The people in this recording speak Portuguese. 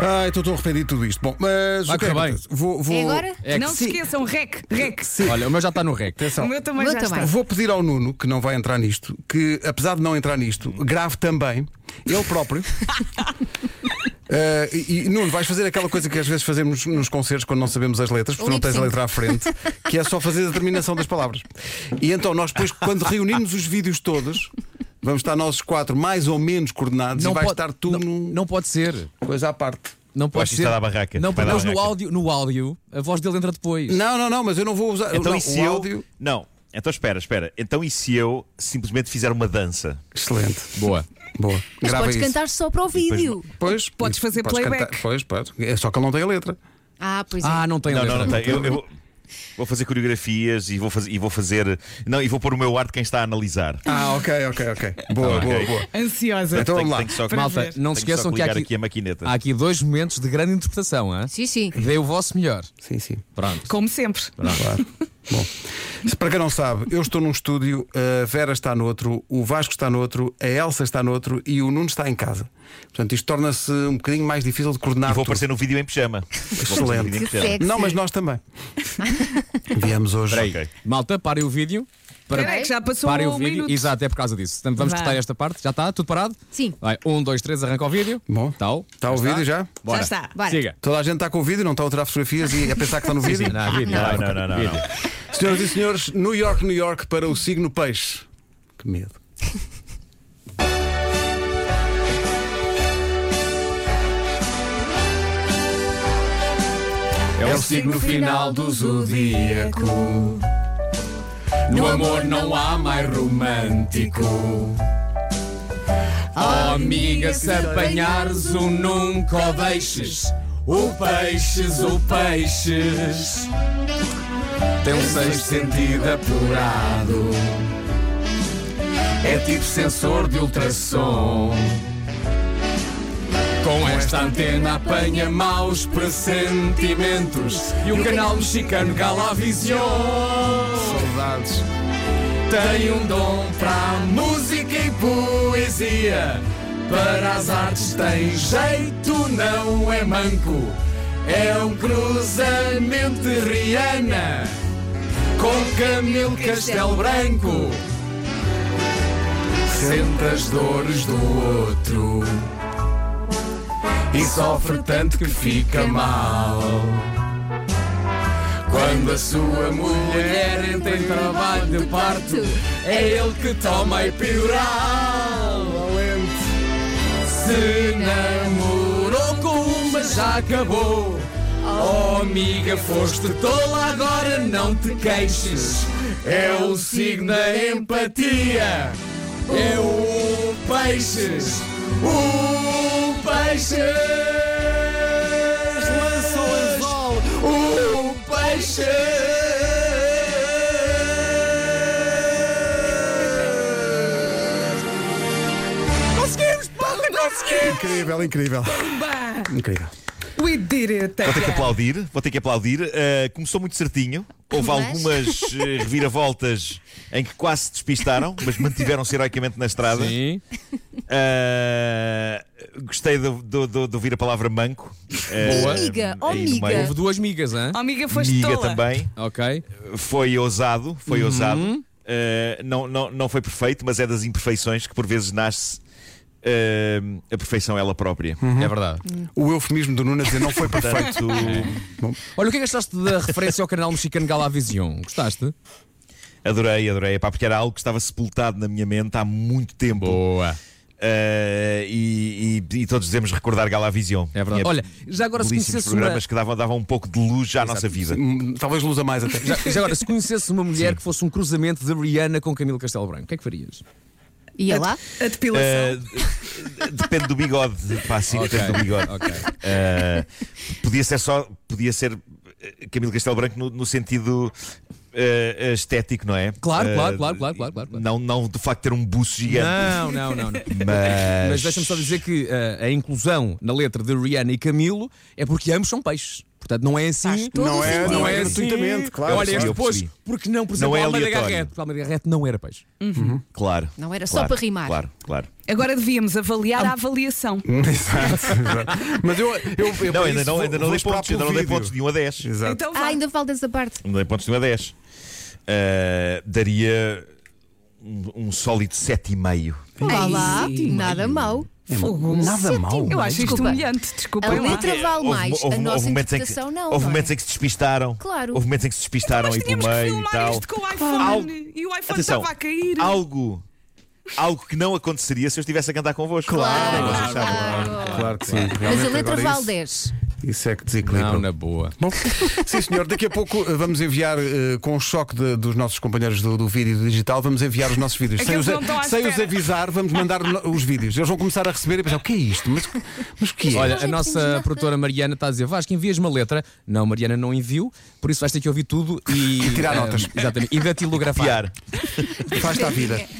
Ai, estou tão arrependido de tudo isto. Bom, mas. Vai o que é que correr bem. acontece? Vou, vou- É agora? É que não se sim. esqueçam, rec, rec. Olha, o meu já está no rec. Atenção. O meu também O meu já também. está. Vou pedir ao Nuno, que não vai entrar nisto, que apesar de não entrar nisto, grave também, ele próprio. Eh, e, e, Nuno, vais fazer aquela coisa que às vezes fazemos nos concertos quando não sabemos as letras, porque não Lip tens a sync. letra à frente, que é só fazer a determinação das palavras. E então nós depois, quando reunirmos os vídeos todos, vamos estar nós os quatro mais ou menos coordenados e vais estar tu não, num- não pode ser. coisa à parte. Não pode acho que ser. está da barraca. Não, tá porque Vai dar eles no barraca. áudio, no áudio, a voz dele entra depois. Não, não, não, mas eu não vou usar Então não, e se o eu. áudio. Não, então espera, espera. Então e se eu simplesmente fizer uma dança? Excelente, Boa. boa. Mas Grava podes isso. cantar só para o vídeo. Pois, Podes fazer playback. cantar- Pois, podes. É só que ele não tem a letra. Ah, pois é. Ah, não tem não, letra. não, não, tem. Eu, eu vou fazer coreografias e vou fazer, e vou fazer. Não, e vou pôr o meu ar de quem está a analisar. Ah, ok, ok, ok. Boa, Ah, boa, ok. boa. Ansiosa. Então vamos lá. Tenho que só- Malta, ver. não tenho se que só esqueçam que há ligar aqui, aqui a maquineta. há aqui dois momentos de grande interpretação. Hein? Sim, sim. Dê o vosso melhor. Sim, sim. Pronto. Como sempre. Claro. Bom, se para quem não sabe, eu estou num estúdio, a Vera está noutro, o Vasco está noutro, a Elsa está noutro e o Nuno está em casa. Portanto, isto torna-se um bocadinho mais difícil de coordenar. E vou tudo. aparecer no vídeo em pijama. Vou aparecer no vídeo em É Que pijama. sexy. Não, mas nós também. Viemos hoje. Espera aí. Malta, parem o vídeo. Para... Espera aí, que já passou Parem o um vídeo. minuto. Exato, é por causa disso. Portanto, vamos Vá. cortar esta parte. Já está? Tudo parado? Sim. Vai, um, dois, três, arranca o vídeo. Bom, Tal. está o vídeo já? Bora. Já está. Bora. Siga. Toda a gente está com o vídeo, não está a tirar fotografias e a pensar que está no Sim, vídeo. sim, não, vídeo. Não, Vai, não, não, não, vídeo. não. Senhoras e senhores, New York, New York para o signo peixe. Que medo. É o signo final do zodíaco. No amor não há mais romântico. Oh, amiga, se apanhares o nunca o deixes. O peixes, o peixes. Tem um sexto sentido apurado. É tipo sensor de ultrassom. Com esta antena apanha maus pressentimentos E o canal mexicano Galavision Saudades. Tem um dom para a música e poesia Para as artes tem jeito, não é manco É um cruzamento de Rihanna Com Camilo Castelo Branco Sente as dores do outro e sofre tanto que fica mal. Quando a sua mulher entra em trabalho de parto, é ele que toma epidural. Se namorou com uma, já acabou. Oh amiga, foste tola, agora não te queixes. É o signo da empatia. É o peixes. O peixes. Lança o anzol. O peixes. Conseguimos, Paulo, conseguimos. Incrível, incrível. Bah, Incrível. we did it. Vou ter que aplaudir, vou ter que aplaudir. Uh, começou muito certinho, houve Mas? algumas uh, reviravoltas em que quase se despistaram, mas mantiveram-se heroicamente na estrada. Uh, gostei de, de- de- de ouvir a palavra manco. Uh, Boa. Miga, oh, aí no miga. meio. Houve duas migas, hein? Oh, amiga, foste Miga tola. também. Ok. Foi ousado, Uhum. foi ousado. Uh, não, não, não foi perfeito, mas é das imperfeições que por vezes nasce uh, a perfeição ela própria. É verdade. O eufemismo do Nuno a dizer não foi perfeito. Portanto, Olha, o que é que achaste da referência ao canal mexicano Galavision? Gostaste? adorei, adorei. Epá, porque era algo que estava sepultado na minha mente há muito tempo. Boa. Uh, e, e- e todos devemos recordar Galavision. É verdade. Tinha Olha, já agora se belíssimos conhecesse uma... programas que davam, davam um pouco de luz já à nossa vida. Hum, Talvez luz a mais até. Já, já agora, se conhecesse uma mulher que fosse um cruzamento de Rihanna com Camilo Castelo Branco, o que é que farias? Ia lá? A depilação. Uh, d- depende do bigode. Pá, sim, depende do bigode. ok. Uh, podia ser só. Podia ser uh, Camilo Castelo Branco no, no sentido. uh, estético, não é? Claro, Uh, claro, claro, claro, claro, claro, claro. Não, não de facto ter um buço gigante. Não, não, não. não. Mas, eh, Mas deixa-me só dizer que ah, a inclusão na letra de Rihanna e Camilo é porque ambos são peixes. Portanto, não é assim. Faz todo Não o é- sentido. não é- assim. gratuitamente, claro, Olha, claro. este Eu pôs, percebi. porque não, por Não exemplo, é a Almeida aleatório. Garrete. Porque a Almeida Garrete não era peixe. Claro. Não era só claro, para rimar. Claro, claro. Agora devíamos avaliar a avaliação. Exato, exato. Mas eu, eu, eu não, por ainda isso não, vou- ainda não vou dei esperar pontos, pelo ainda não dei vídeo. pontos de 1 a 10. Exato. Então vá. Ah, ainda falta essa parte. Não dei pontos de 1 a 10. Ah, daria um, um sólido 7,5. Vá lá, nada mau. Fogo. Nada mal. Eu acho isto Desculpa. humilhante, desculpa. A lá. letra vale Houve- mais, houve- a nossa houve momentos em que- interpretação não. Houve não é? momentos em que se despistaram. Claro. Houve momentos em que se despistaram Nós aí pelo tínhamos que meio e filmar tal. isto com o Algo- iPhone e o iPhone Atenção, estava a cair. Algo, algo que não aconteceria se eu estivesse a cantar convosco. Claro, Vocês sabem. Então, claro. Claro que sim. Ah, Mas Realmente a letra agora vale isso- 10. Isso é que desequilibra. Não, na boa. Bom, sim senhor, daqui a pouco eh, vamos enviar, eh, com o choque de- dos nossos companheiros do, do vídeo digital, vamos enviar os nossos vídeos. É que sem eles os, a- não estão à sem os espera. avisar, vamos mandar no- os vídeos. Eles vão começar a receber e pensar: o que é isto? Mas, mas o que é? Olha, nós a não temos nossa nada. produtora Mariana está a dizer: Vasco, envias uma letra. Não, Mariana não enviou, por isso vais ter que ouvir tudo e. E tirar ah, notas. Exatamente. E datilografar. Piar. Faz-te a vida.